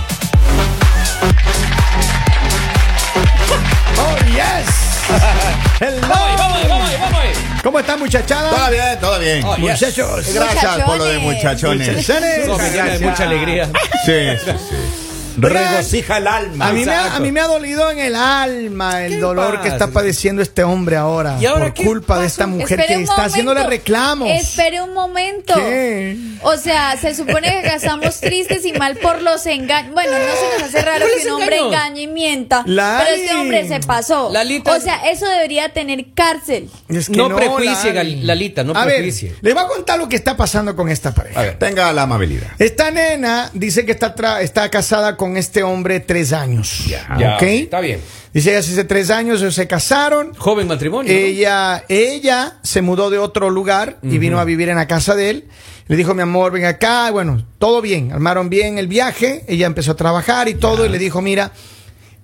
¿Cómo están, muchachada? Todo bien, todo bien. Oh, yes. Muchachos. Gracias por lo de muchachones. ¿eh? Muchachones. No, me llena de mucha alegría. Sí, sí, sí. Regocija el alma. A mí, me ha, Exacto. a mí me ha dolido en el alma el ¿Qué dolor que pasa? está padeciendo este hombre ahora. ¿Y ahora por qué culpa de esta pasó? mujer Espere que un está momento. haciéndole reclamos. Espere un momento. ¿Qué? O sea, se supone que gastamos tristes y mal por los engaños. Bueno, no se nos hace raro ¿Cuáles que un hombre engaños? engañe y mienta. Lali. Pero este hombre se pasó. Lalita- O sea, eso debería tener cárcel. Es No prejuicie, Lali. Gal- Lalita, no a prejuicie. Ver, les voy a contar lo que está pasando con esta pareja. Tenga la amabilidad. Esta nena dice que está, tra- está casada con este hombre tres años. Ya, ¿ok? Está bien. Dice que hace tres años ellos se casaron. Joven matrimonio. ¿no? Ella, ella se mudó de otro lugar y vino a vivir en la casa de él. Le dijo, mi amor, ven acá. Bueno, todo bien. Armaron bien el viaje. Ella empezó a trabajar y todo. Y le dijo, mira,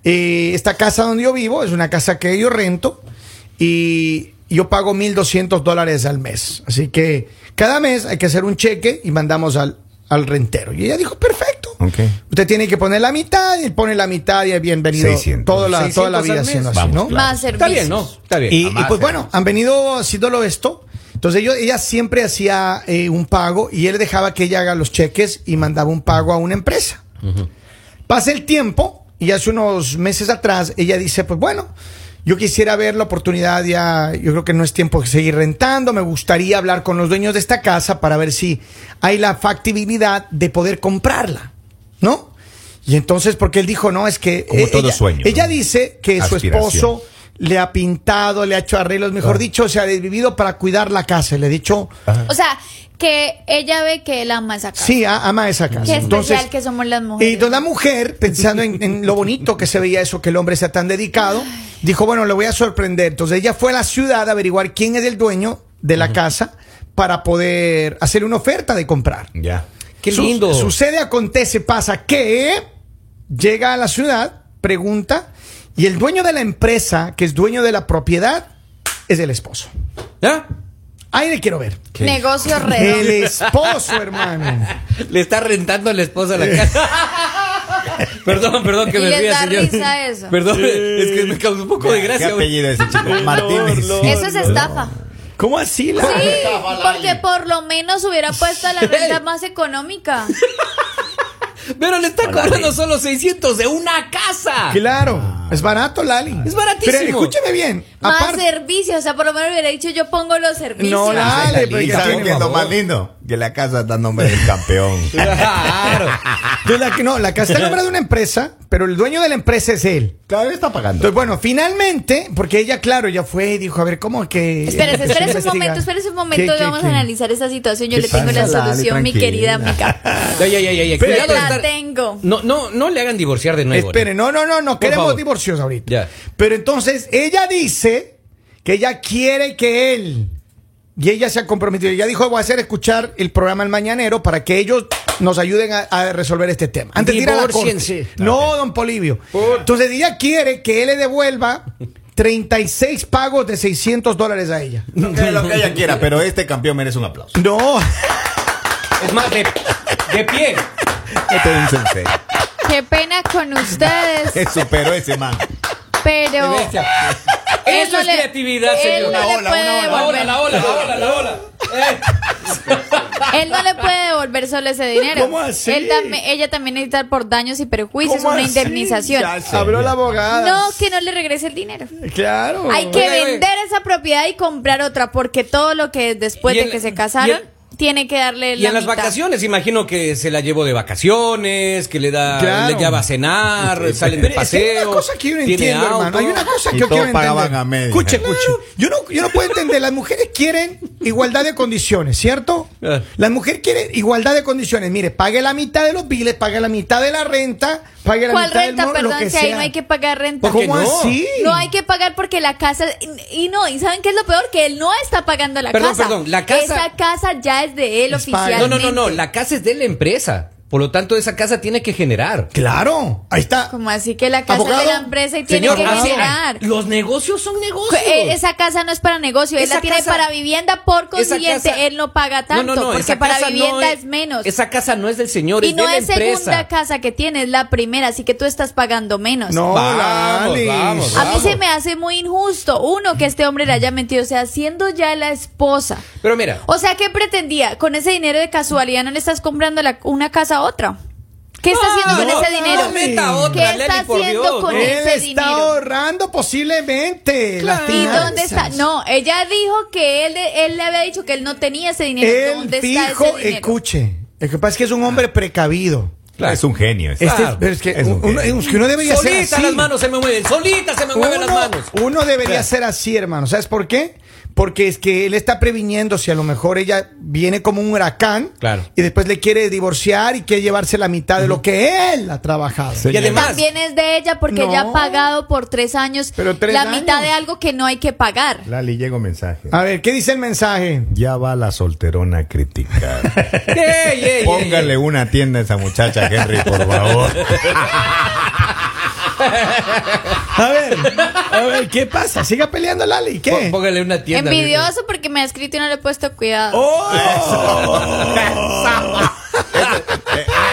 eh, esta casa donde yo vivo es una casa que yo rento y yo pago 1.200 dólares al mes. Así que cada mes hay que hacer un cheque y mandamos al, al rentero. Y ella dijo, perfecto. Ok. Usted tiene que poner la mitad y él pone la mitad y es bienvenido. 600. Toda la, toda la 600 vida al mes. haciendo así, Vamos, ¿no? claro. Más servicios. Está bien, ¿no? Está bien. Y, y, Jamás, pues jamás. bueno, han venido haciéndolo esto. Entonces yo- ella siempre hacía eh, un pago y él dejaba que ella haga los cheques y mandaba un pago a una empresa. Pasa el tiempo y hace unos meses atrás ella dice, pues bueno, yo quisiera ver la oportunidad ya, yo creo que no es tiempo de seguir rentando, me gustaría hablar con los dueños de esta casa para ver si hay la factibilidad de poder comprarla, ¿no? Y entonces, porque él dijo, no, es que... Como eh, todo ella, sueño, Ella ¿no? dice que Aspiración. su esposo le ha pintado, le ha hecho arreglos, mejor dicho, se ha vivido para cuidar la casa. Le he dicho, O sea, que ella ve que él ama esa casa. sí, a- ama esa casa. Qué Entonces, especial que somos las y mujeres. entonces la mujer, pensando en, en lo bonito que se veía eso, que el hombre sea tan dedicado, dijo, bueno, le voy a sorprender. Entonces ella fue a la ciudad a averiguar quién es el dueño de la casa para poder hacer una oferta de comprar. Ya. Qué Su- lindo. sucede, acontece, pasa que llega a la ciudad, pregunta, y el dueño de la empresa, que es dueño de la propiedad, es el esposo. ¿Ah? Ahí le quiero ver. Negocio El redondo. esposo, hermano. Le está rentando a la esposa la casa. perdón, perdón que Y me les ría, da señor. risa eso. Perdón, es que me causó un poco de ¿Qué gracia. güey. apellido es ese chico? Martínez. Eso es estafa. ¿Cómo así? La... Sí, porque por lo menos hubiera puesto la renta más económica. Pero le está cobrando solo 600 de una casa. Claro, es barato, Lali. Es baratísimo. Pero escúchame bien. Más aparte- servicios, o sea, por lo menos hubiera dicho yo pongo los servicios. No, Lali, ¿Y porque saben tú- qué es lo más lindo? Que la casa está en nombre del campeón. Claro. tú la, no, la casa está en nombre de una empresa, pero el dueño de la empresa es él. Claro, está pagando. Entonces, bueno, finalmente, porque ella, claro, ya fue y dijo, a ver, ¿cómo que...? Espérese, empezó a espérese un investigar? momento, espérese un momento, ¿Qué, qué, vamos qué? a analizar esta situación. Yo ¿Qué le tengo pasa, la Lali? solución, mi Tranquila. querida amiga. Ya, ya, ya, ya, ya. Pero- Cuidado de La estar- tengo. No, no, no le hagan divorciar de nuevo. Espere, no, no, no, no Por queremos favor. divorcios ahorita. Ya. Pero entonces ella dice que ella quiere que él y ella se ha comprometido. Ella dijo, voy a hacer escuchar el programa El Mañanero para que ellos nos ayuden a, a resolver este tema. Antes de ir a la corte. Divórciense. No, don Polivio. Por- Entonces ella quiere que él le devuelva 36 pagos de 600 dólares a ella. Lo que- lo que ella quiera, pero este campeón merece un aplauso. No. Es más, de, de pie. Este es un sensei. Qué pena con ustedes, Se superó ese man. de pero bestia. Él Eso no es le- creatividad, él señor. no La le ola, una ola, puede devolver. la ola, la ola, la ola, la ola. él no le puede devolver solo ese dinero. ¿Cómo así? Él también- ella también necesita por daños y perjuicios ¿Cómo una así? indemnización. Ya se Habló la abogada. No, que no le regrese el dinero. Claro. Hay que Oye, oye. vender esa propiedad y comprar otra, porque todo lo que es después Y de en- que se casaron tiene que darle Y la en las mitad. vacaciones, imagino que se la llevó de vacaciones, que le da, Claro. Este, le lleva a cenar, salen de Pero es que paseo. hay una cosa que yo no tiene entiendo, auto. hermano. Hay una cosa que Y yo quiero todos entender. pagaban a media. Escuche, escuche. Yo no, yo no puedo entender. Las mujeres quieren igualdad de condiciones, ¿cierto? Ah. La mujer quiere igualdad de condiciones. Mire, pague la mitad de los biles, pague la mitad de la renta, pague la ¿Cuál mitad del renta? mono, lo Perdón, que si ahí sea. no hay que pagar renta. ¿Por qué ¿Cómo no? así? No hay que pagar porque la casa y no, y saben qué es lo peor que él no está pagando la Perdón, casa. perdón, la casa- Esa casa ya es de él Es paga. oficialmente. No, no, no, no, la casa es de la empresa. Por lo tanto, esa casa tiene que generar. Claro, ahí está. Como así que la casa ¿Abogado? de la empresa y tiene que así- generar. los negocios son negocios. Eh, Esa casa no es para negocio, él Esa la tiene casa- para vivienda, por Esa consiguiente casa- él no paga tanto, porque esa para casa no vivienda es menos. Esa casa no es del señor, y es no de la es empresa. segunda casa que tiene, es la primera, así que tú estás pagando menos. No, Vamos, la Alice. vamos, A vamos. mí se me hace muy injusto, uno, que este hombre le haya mentido, o sea, siendo ya la esposa. Pero mira, O sea, ¿qué pretendía? Con ese dinero de casualidad no le estás comprando la- una casa a otra. ¿Qué está haciendo no, con ese no dinero? meta otra, ¿Qué está Leli, por haciendo Dios, con no. Él ese está dinero? ahorrando posiblemente. las ¿Y finanzas. dónde está? No, ella dijo que él, él le había dicho que él no tenía ese dinero. Él ¿Dónde está dijo, ese dinero? escuche, lo que pasa es que es un hombre precavido. Claro. Es un genio. Este- Claro. pero es que, Es un- un uno, genio. es que uno debería ser solita así. las manos se me mueven, solita se me Uno, mueven las manos. uno debería Claro. ser así, hermano. ¿Sabes por qué? Porque es que él está previniendo si a lo mejor ella viene como un huracán Claro. y después le quiere divorciar y quiere llevarse la mitad de lo que él ha trabajado. Sí. Y además, También es de ella porque ella No. ha pagado por tres años Pero tres la años. mitad de algo que no hay que pagar. Lali, llega un mensaje. Ah. A ver, ¿qué dice el mensaje? Ya va la solterona a criticar. Ey, ey, ey, Póngale una tienda a esa muchacha, Henry, por favor. A ver, a ver, ¿qué pasa? Siga peleando Lali, ey. ¿qué? Pó- Póngale una tienda. Envidioso porque me ha escrito y no le he puesto cuidado. Oh, Ah.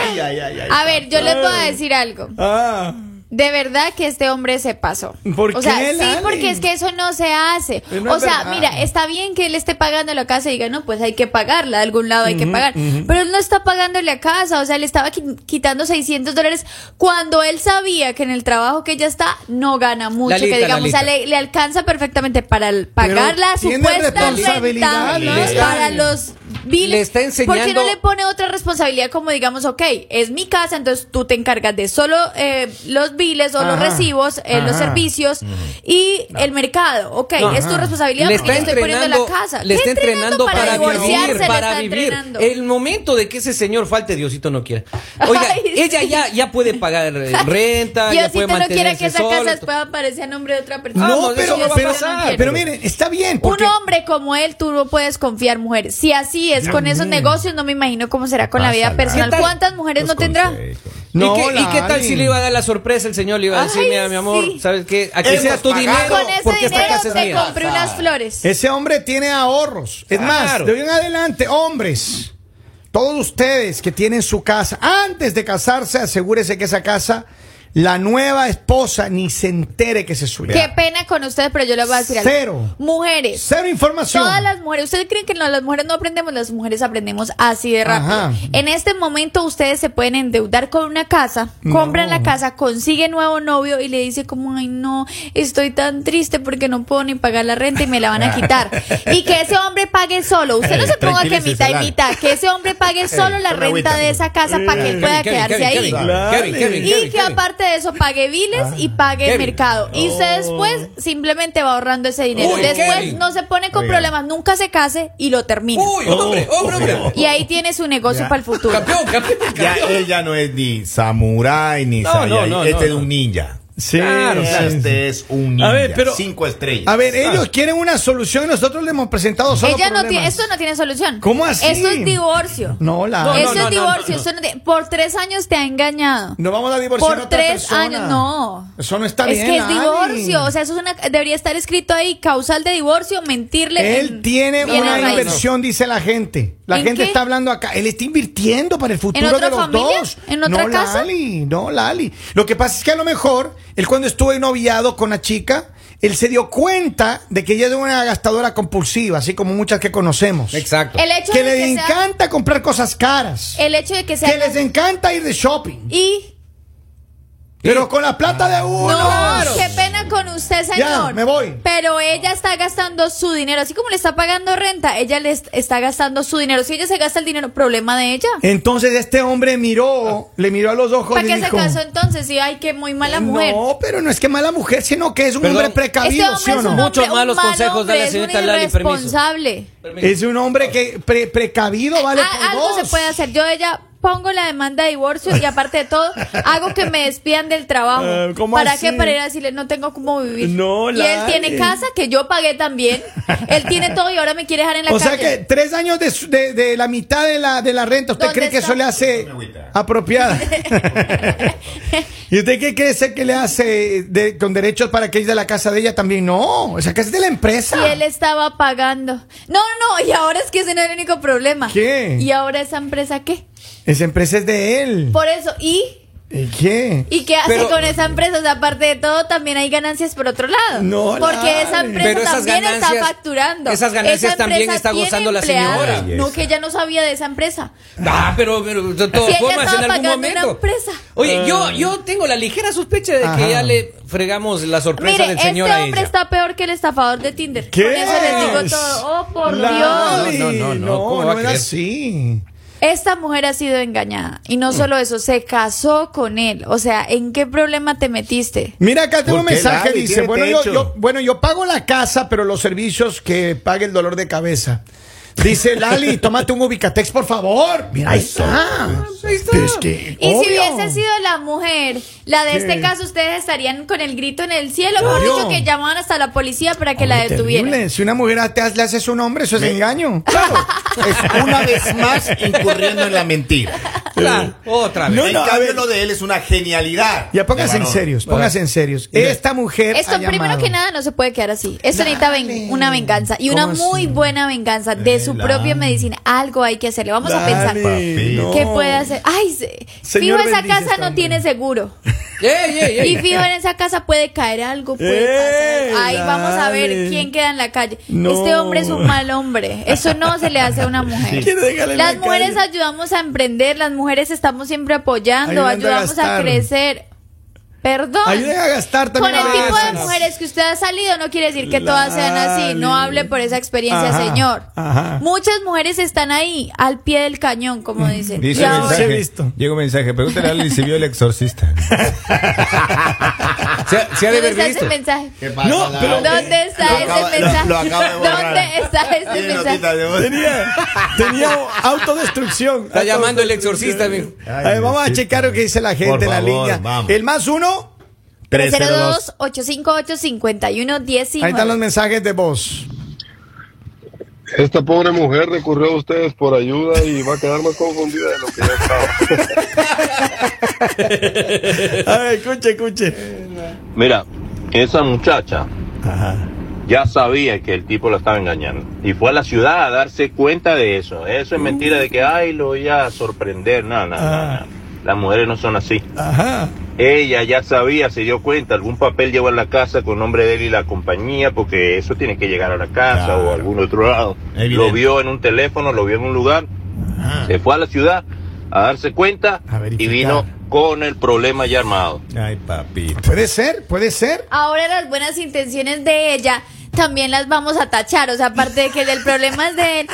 ay, ay, ay, ay. a ver, yo les voy a decir algo. Ah, De verdad que este hombre se pasó. ¿Por o sea, qué, sí, Lali? porque es que eso no se hace. Pero no o es sea, verdad. mira, está bien que él esté pagando la casa y diga, no, pues hay que pagarla, de algún lado hay que pagar. Pero él no está pagando la casa, o sea, le estaba qui- quitando 600 dólares cuando él sabía que en el trabajo que ella está no gana mucho, Lalita, que digamos, o sea, Lalita. le, le alcanza perfectamente para el- pagar la tiene supuesta responsabilidad, renta, Lali. para los biles. Le está ¿Por qué enseñando- no le pone otra responsabilidad como digamos, ok, es mi casa, entonces tú te encargas de solo eh, los biles o los Ajá. recibos, eh, los Ajá. servicios y el mercado. Ok, es tu responsabilidad Le porque está yo estoy poniendo entrenando, la casa. le está ¿Qué entrenando para, divorciarse? vivir, le para está vivir. entrenando. El momento de que ese señor falte, Diosito no quiera. Oiga, Ay, ella ya, ya puede pagar eh, renta, ya puede Diosito no quiera mantenerse que esa casa sola. después aparezca a nombre de otra persona. no, Vamos, pero, eso no va a pero, pasar. pero, Pero- miren, está bien. Un porque- hombre como él, tú no puedes confiar, mujer. Si así es con esos negocios, no me imagino cómo será con la vida Pásala. personal. ¿Qué tal? ¿Cuántas mujeres no Los tendrá? consejos. No, ¿Y, qué, y qué tal Lali. si le iba a dar la sorpresa? El señor le iba a decir, Ay, mira, mi amor, sí. ¿sabes qué? Aquí Hemos está tu pagado. dinero Con ese porque esta dinero casa es te mía. compré unas flores. Ese hombre tiene ahorros. Es más, Claro. de hoy en adelante, hombres, todos ustedes que tienen su casa, antes de casarse, asegúrese que esa casa, la nueva esposa ni se entere que se suya. Qué pena con ustedes, pero yo les voy a decir algo. Cero. Mujeres, Cero información. Todas las mujeres, ¿ustedes creen que no, las mujeres no aprendemos? Las mujeres aprendemos así de rápido. Ajá. En este momento ustedes se pueden endeudar con una casa, compran la casa, consiguen nuevo novio y le dice como, ay no, estoy tan triste porque no puedo ni pagar la renta y me la van Ah. a quitar. y que ese hombre pague solo. Usted no Eh, Ey, se ponga que tranquilícese, mitad y Lali. mitad, que ese hombre pague solo la toma renta agüita. de esa casa para Eh, que él pueda quedarse ahí. Kevin, Kevin, Y Kevin, que Kevin. aparte de eso pague biles y Ah, pague Kevin. mercado. Oh. Y usted después simplemente va ahorrando ese dinero. Uy, después Kevin. no se pone con Oiga. problemas, nunca se case y lo termina. Uy, hombre, hombre, hombre. Y ahí tiene su negocio Ya. para el futuro. Campeón, campeón, Ya, campeón. él ya no es ni samurái ni No, saiyajin. no, no, Este no, es no. un ninja. Sí, Claro, sí, Claro, sí. Este es un ninja. A ver, pero- Cinco estrellas. A ver, eh. ellos quieren una solución y nosotros le hemos presentado solo Ella no tiene, problemas. esto no tiene solución. ¿Cómo así? Esto es divorcio. No, la. No, esto no, es divorcio. esto no tiene- por tres años te ha engañado. Nos vamos a divorciar a por otra tres persona. años, no. Eso no está es bien. que es Lali. divorcio, o sea, eso es una, debería estar escrito ahí, causal de divorcio, mentirle. Él en- tiene bien una a raíz. inversión, dice la gente. La ¿En gente qué? está hablando acá. Él está invirtiendo para el futuro ¿En otra de los familia? dos. ¿En otra no, casa? Lali, no, Lali. Lo que pasa es que a lo mejor, él cuando estuvo en noviado con la chica, él se dio cuenta de que ella es una gastadora compulsiva, así como muchas que conocemos. Exacto. El hecho Que le de que sea- encanta comprar cosas caras. el hecho de que sea Que les encanta ir de shopping. y Pero con la plata de uno. No, qué pena con usted, señor. Ya, me voy. Pero ella está gastando su dinero. Así como le está pagando renta, ella le est- está gastando su dinero. Si ella se gasta el dinero, problema de ella. Entonces este hombre miró, le miró a los ojos ¿Para y qué se dijo, casó entonces? Sí, ay, qué muy mala mujer. Eh, No, pero no es que mala mujer, sino que es un Perdón. hombre precavido, ¿sí este hombre o es no? un Muchos hombre- un malos mal consejos de la hombre, es un señorita Lali, permiso. irresponsable. Es un hombre que pre- precavido, vale. A- por Ah, algo dos. se puede hacer. Yo de ella pongo la demanda de divorcio y aparte de todo, hago que me despidan del trabajo. Eh, Ah, ¿cómo ¿Para así? qué? Para ir a decirle, no tengo cómo vivir. No, y él Lali. tiene eh. casa que yo pagué también. Él tiene todo y ahora me quiere dejar en la O sea calle. que tres años de, su- de- de la mitad de la, de la renta, ¿usted ¿Dónde cree que está? eso le hace Dame agüita. apropiada? ¿Y usted qué cree ser que le hace de- con derechos para que ir de la casa de ella también? No, esa casa es de la empresa. Y él estaba pagando. No, no, y ahora es que ese no es el único problema. ¿Qué? ¿Y ahora esa empresa qué? Esa empresa es de él. Por eso, ¿y? ¿Y qué? ¿Y qué hace Pero- con esa empresa? O sea, aparte de todo, también hay ganancias por otro lado. No, Porque Lali. esa empresa Pero esas también está ganancias- facturando. esas ganancias Esa también empresa está tiene gozando la empleados. señora. No, que ella no sabía de esa empresa. Ah, pero, pero de todas Si ella formas, en estaba algún pagando una momento. empresa. Oye, Ah. yo, yo tengo la ligera sospecha de Ajá. que ya le fregamos la sorpresa Mire, del este señor a hombre ella. está peor que el estafador de Tinder. ¿Qué? Con eso les digo todo. Oh, por Dios. Lali, No, no, no, no, ¿cómo no, va no a era creer? así. Esta mujer ha sido engañada. Y no solo eso, se casó con él. O sea, ¿en qué problema te metiste? Mira, acá tengo un ¿Por qué, mensaje, Lali? dice, Tiene bueno yo, techo. yo- bueno, yo pago la casa, pero los servicios que pague el dolor de cabeza. Dice, Lali, tómate un Ubicatex, por favor. Mira, ahí está. Pero es que, Y si obvio. hubiese sido la mujer, la de este ¿Qué? caso, ustedes estarían con el grito en el cielo. Por Obvio. dicho que llamaban hasta la policía para que la Hombre, detuvieran. terrible. Si una mujer a- te- le haces un hombre, eso es engaño. Claro, es una vez más incurriendo en la mentira. Claro, otra vez. No, en no, a cambio, ver. lo de él es una genialidad. Ya póngase De en varón. serios, póngase en serios. Esta mujer. Esto ha primero llamado. que nada no se puede quedar así. Esto necesita ven- Dale. una venganza y una ¿Cómo así? muy buena venganza de su Dale. propia medicina. Algo hay que hacerle. Vamos a Dale, pensar. Papi. no. ¿Qué puede hacer? Ay, se- Señor, fijo esa bendice casa este no hombre. tiene seguro. Ey, ey, ey. Y fijo en esa casa puede caer algo, puede Eh, pasar. Ahí vamos a ver dale. quién queda en la calle. No. Este hombre es un mal hombre. Eso no se le hace a una mujer. Quiere dejarla en Las la mujeres calle. ayudamos a emprender, las mujeres estamos siempre apoyando, Ayudando a ayudamos a, gastar. crecer. Perdón. Ayuden a gastar Con también. el a tipo de veces. mujeres que usted ha salido no quiere decir que todas sean así. No Lali. hable por esa experiencia, Ajá, señor. ajá. Mm. Muchas mujeres están ahí, al pie del cañón, como dicen. Dice Y un ahora- Sí, mensaje, he visto. Llega un mensaje. Pregúntale a Lali si vio el exorcista. Se, ha- se ha de ¿Dónde haber está visto. ese mensaje? pasa? No, Lali? pero- ¿Dónde está ese mensaje? ¿Dónde está ese mensaje? Tenía, tenía autodestrucción. Está llamando el exorcista, mijo. A ver, vamos a checar lo que dice la gente Por en la favor, línea. vamos. El más uno. 302. 302-858-5119. Ahí están los mensajes de voz. Esta pobre mujer recurrió a ustedes por ayuda y va a quedar más confundida de lo que ya estaba. A ver, escuche, escuche. Mira, esa muchacha ya sabía que el tipo la estaba engañando. Y fue a la ciudad a darse cuenta de eso. Eso es mentira de que, ay, lo voy a sorprender. No, no, no, no. Las mujeres no son así. Ajá. Ella ya sabía, se dio cuenta, algún papel llevó a la casa con nombre de él y la compañía, porque eso tiene que llegar a la casa Claro. o a algún otro lado. Evidente. Lo vio en un teléfono, lo vio en un lugar, se fue a la ciudad a darse cuenta A y verificar. vino con el problema ya armado. Ay, papito. Puede ser, puede ser. Ahora las buenas intenciones de ella también las vamos a tachar. O sea, aparte de que el problema es de él.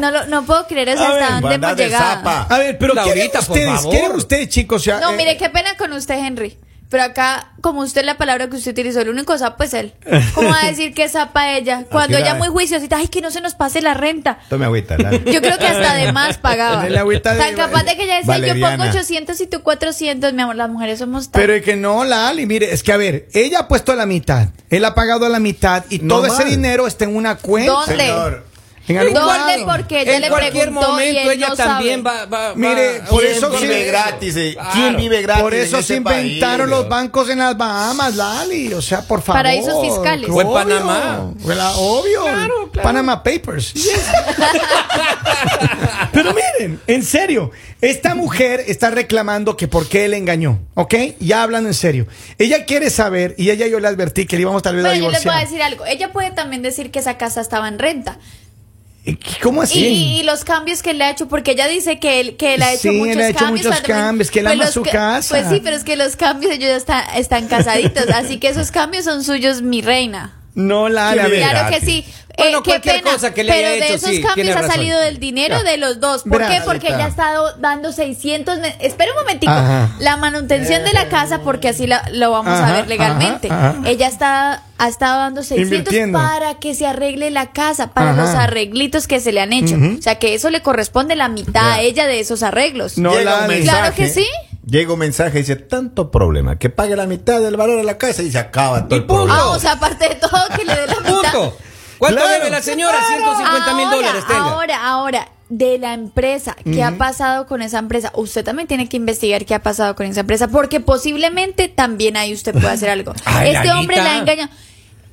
No, lo- no puedo creer eso A ver, hasta dónde Banda hemos de llegado. zapa. A ver, pero Laurita, ¿quieren por ustedes? favor. ¿Quieren ustedes, chicos? O sea, No, eh, mire, qué pena con usted, Henry. Pero acá, como usted la palabra que usted utilizó, el único sapo es él. ¿Cómo va a decir que es zapa ella? Cuando Así ella la- muy juiciosita, ay, que no se nos pase la renta. Tome agüita, Lali. Yo creo que hasta de más pagaba. Dale agüita de- Tan capaz de que ella decía, yo Valeriana. pongo 800 y tú 400. Mi amor, las mujeres somos tan... Pero es que no, Lali, mire, es que a ver, ella ha puesto la mitad, él ha pagado la mitad y No todo ese mal. dinero está en una cuenta. ¿Dónde? Señor. En algún ¿Dónde? lado. Porque ella en le cualquier preguntó y momento él ella no también sabe. va, va- va- Mire, va- por ¿Quién eso vive sí- gratis? eh? Claro. ¿Quién vive gratis? Por eso en se este país, inventaron los Dios? bancos en las Bahamas, Lali. O sea, por favor. Paraísos fiscales. Fue Fue Panamá. obvio. Claro, claro. Panama Papers. Pero miren, en serio, esta mujer está reclamando que por qué él engañó, ¿ok? Ya hablando en serio. Ella quiere saber, y ella yo le advertí que le íbamos tal vez a Pero yo les voy a divorciar. decir algo. Ella puede también decir que esa casa estaba en renta. ¿Y ¿Cómo Y- así? Y, y los cambios que le ha hecho, porque ella dice que él, que él ha hecho Sí, él muchos ha hecho cambios. muchos cuando- cambios, que él ama los pues su ca- casa. Pues sí, pero es que los cambios ellos ya está- están casaditos, así que esos cambios son suyos, mi reina. No la la Claro verdad. que sí. Bueno, Eh, qué cualquier pena, cosa que le pero haya de hecho, esos sí, tiene cambios ha razón. salido del dinero Ya. de los dos. ¿Por Verás, qué? Porque ahorita. ella ha estado dando 600... me- Espera un momentico. Ajá. La manutención de Eh. la casa, porque así la- lo vamos Ajá, a ver legalmente. ajá, ajá. Ella está, ha estado dando 600 Invirtiendo. para que se arregle la casa, para Ajá. los arreglitos que se le han hecho. O sea, que eso le corresponde la mitad a ella de esos arreglos. No Llega la un de- mensaje. Claro que sí. Llega un mensaje y dice, tanto problema, que pague la mitad del valor de la casa y se acaba todo Y el punto. problema. Ah, o sea, aparte de todo, que le dé la mitad. Punto. ¿Cuánto Claro. debe la señora? 150 mil Ahora, dólares, tenga. Ahora, ahora, de la empresa, ¿qué ha pasado con esa empresa? Usted también tiene que investigar qué ha pasado con esa empresa, porque posiblemente también ahí usted puede hacer algo. Ay, este Lalita. hombre la ha engañado.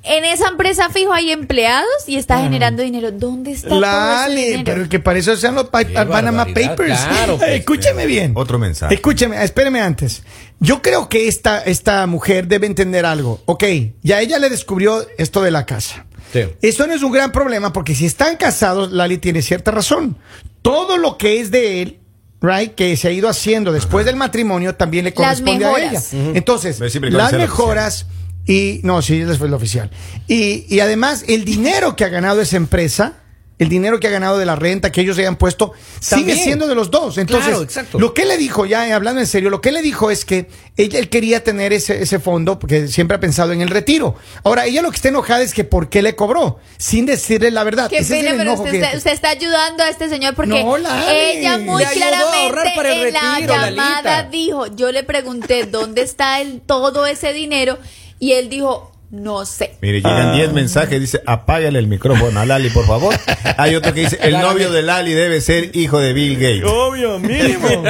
En esa empresa fijo hay empleados y está Ah. generando dinero. ¿Dónde está todo ese Lali, dinero? pero que para eso sean los pa- Qué Panama barbaridad, Papers. claro, pues, Escúcheme bien. Otro mensaje. Escúcheme, espéreme antes. Yo creo que esta, esta mujer debe entender algo. Ok, ya ella le descubrió esto de la casa. Sí. Esto no es un gran problema porque si están casados, Lali tiene cierta razón. Todo lo que es de él, right, que se ha ido haciendo después del matrimonio también le Las corresponde a ella. mejoras. Entonces, Pero siempre las conoce la opción. mejoras horas y no, sí, después lo oficial. Y, y además, el dinero que ha ganado esa empresa, el dinero que ha ganado de la renta que ellos hayan puesto, También. sigue siendo de los dos. Entonces, Claro, exacto. lo que le dijo, ya eh, hablando en serio, lo que le dijo es que ella, él quería tener ese, ese fondo porque siempre ha pensado en el retiro. Ahora, ella lo que está enojada es que por qué le cobró, sin decirle la verdad. Qué Ese es el pena, pero enojo usted, que- está- usted está ayudando a este señor porque No, Lali. ella muy Le ayudó a ahorrar claramente para el en la retiro, llamada Lalita. dijo, yo le pregunté dónde está el, todo ese dinero y él dijo, no sé. Mire, llegan 10 mensajes, dice, apágale el micrófono a Lali, por favor. Hay otro que dice, el novio de Lali debe ser hijo de Bill Gates. Obvio, mínimo.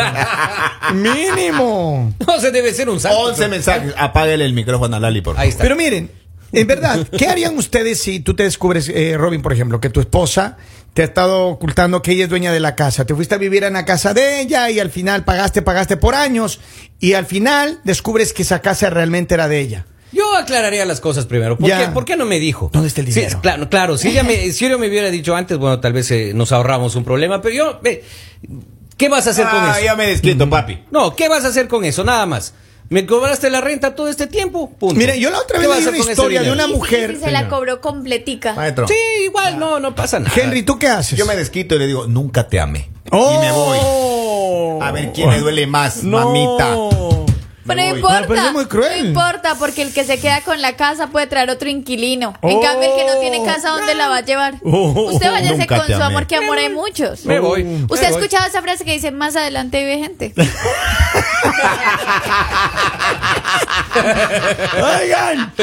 mínimo. No, se debe ser un santo. 11 mensajes, apágale el micrófono a Lali, por Ahí favor. está. Pero miren, en verdad, ¿qué harían ustedes si tú te descubres, eh, Robin, por ejemplo, que tu esposa te ha estado ocultando que ella es dueña de la casa? Te fuiste a vivir en la casa de ella y al final pagaste, pagaste por años y al final descubres que esa casa realmente era de ella. Yo aclararía las cosas primero. ¿Por, Ya. qué, por qué no me dijo? ¿Dónde está el Sí, dinero? claro, claro, si ella me, si ella me hubiera dicho antes, bueno, tal vez eh, nos ahorramos un problema, pero yo, ve, ¿qué vas a hacer con Ah, eso? ya me desquito, papi. No, ¿qué vas a hacer con eso? Nada más. Me cobraste la renta todo este tiempo. Punto. Mira, yo la otra ¿Qué vez vas leí a una con ese historia de dinero? una Sí, sí, mujer, sí, se la señor. cobró completica. Maestro, Sí, igual, no, no pasa nada. Henry, ¿tú qué haces? Ah, yo me desquito y le digo, nunca te amé. ¡Oh! Y me voy. A ver quién me duele más, No. mamita. Pero Me no voy. importa, Ah, pero eso es muy cruel. no importa, porque el que se queda con la casa puede traer otro inquilino. En Oh. cambio, el que no tiene casa, ¿dónde la va a llevar? Oh. Usted váyase Nunca con te su amé. amor, que amor hay muchos. oh. Me voy. ¿Usted ha me voy. escuchado esa frase que dice, más adelante vive gente? Oigan,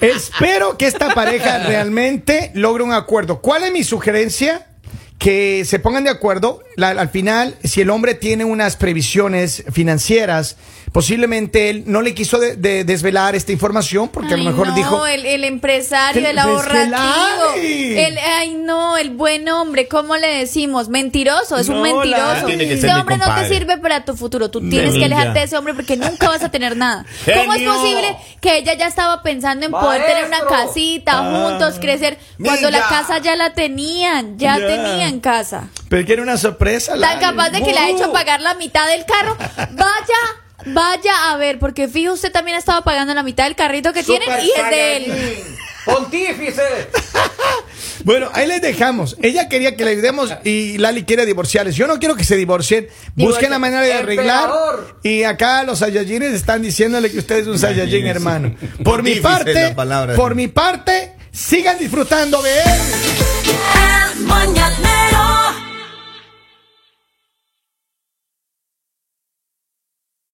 espero que esta pareja realmente logre un acuerdo. ¿Cuál es mi sugerencia? Que se pongan de acuerdo. La- al final, si el hombre tiene unas previsiones financieras, posiblemente él no le quiso de- de- desvelar esta información porque a Ay, lo mejor no, dijo. el, el empresario, Que- el pues que ahorrativo. Lali. El, ay, no, el buen hombre, ¿cómo le decimos? Mentiroso, es No, un mentiroso. Lali. Tiene que ser Ese mi hombre no te compadre. sirve para tu futuro. Tú tienes que Ninja. alejarte de ese hombre porque nunca vas a tener nada. ¿Cómo es Genio. posible que ella ya estaba pensando en poder tener una Maestro. casita, Ah. juntos, crecer, cuando la Ninja. casa ya la tenían, ya Ya. tenían casa? Pero que era una sorpresa. Tan Lali. capaz de que le ha hecho pagar la mitad del carro. Vaya. Vaya a ver, porque fijo, usted también ha estado pagando la mitad del carrito que tiene y es de él. Pontífice. Bueno, ahí les dejamos. Ella quería que le ayudemos y Lali quiere divorciarles. Yo no quiero que se divorcien. Busquen la manera de arreglar. Emperador. Y acá los Saiyajines están diciéndole que usted es un Saiyajin, hermano. Por mi Difícil parte, la palabra. por mi parte, sigan disfrutando de él. El mañanero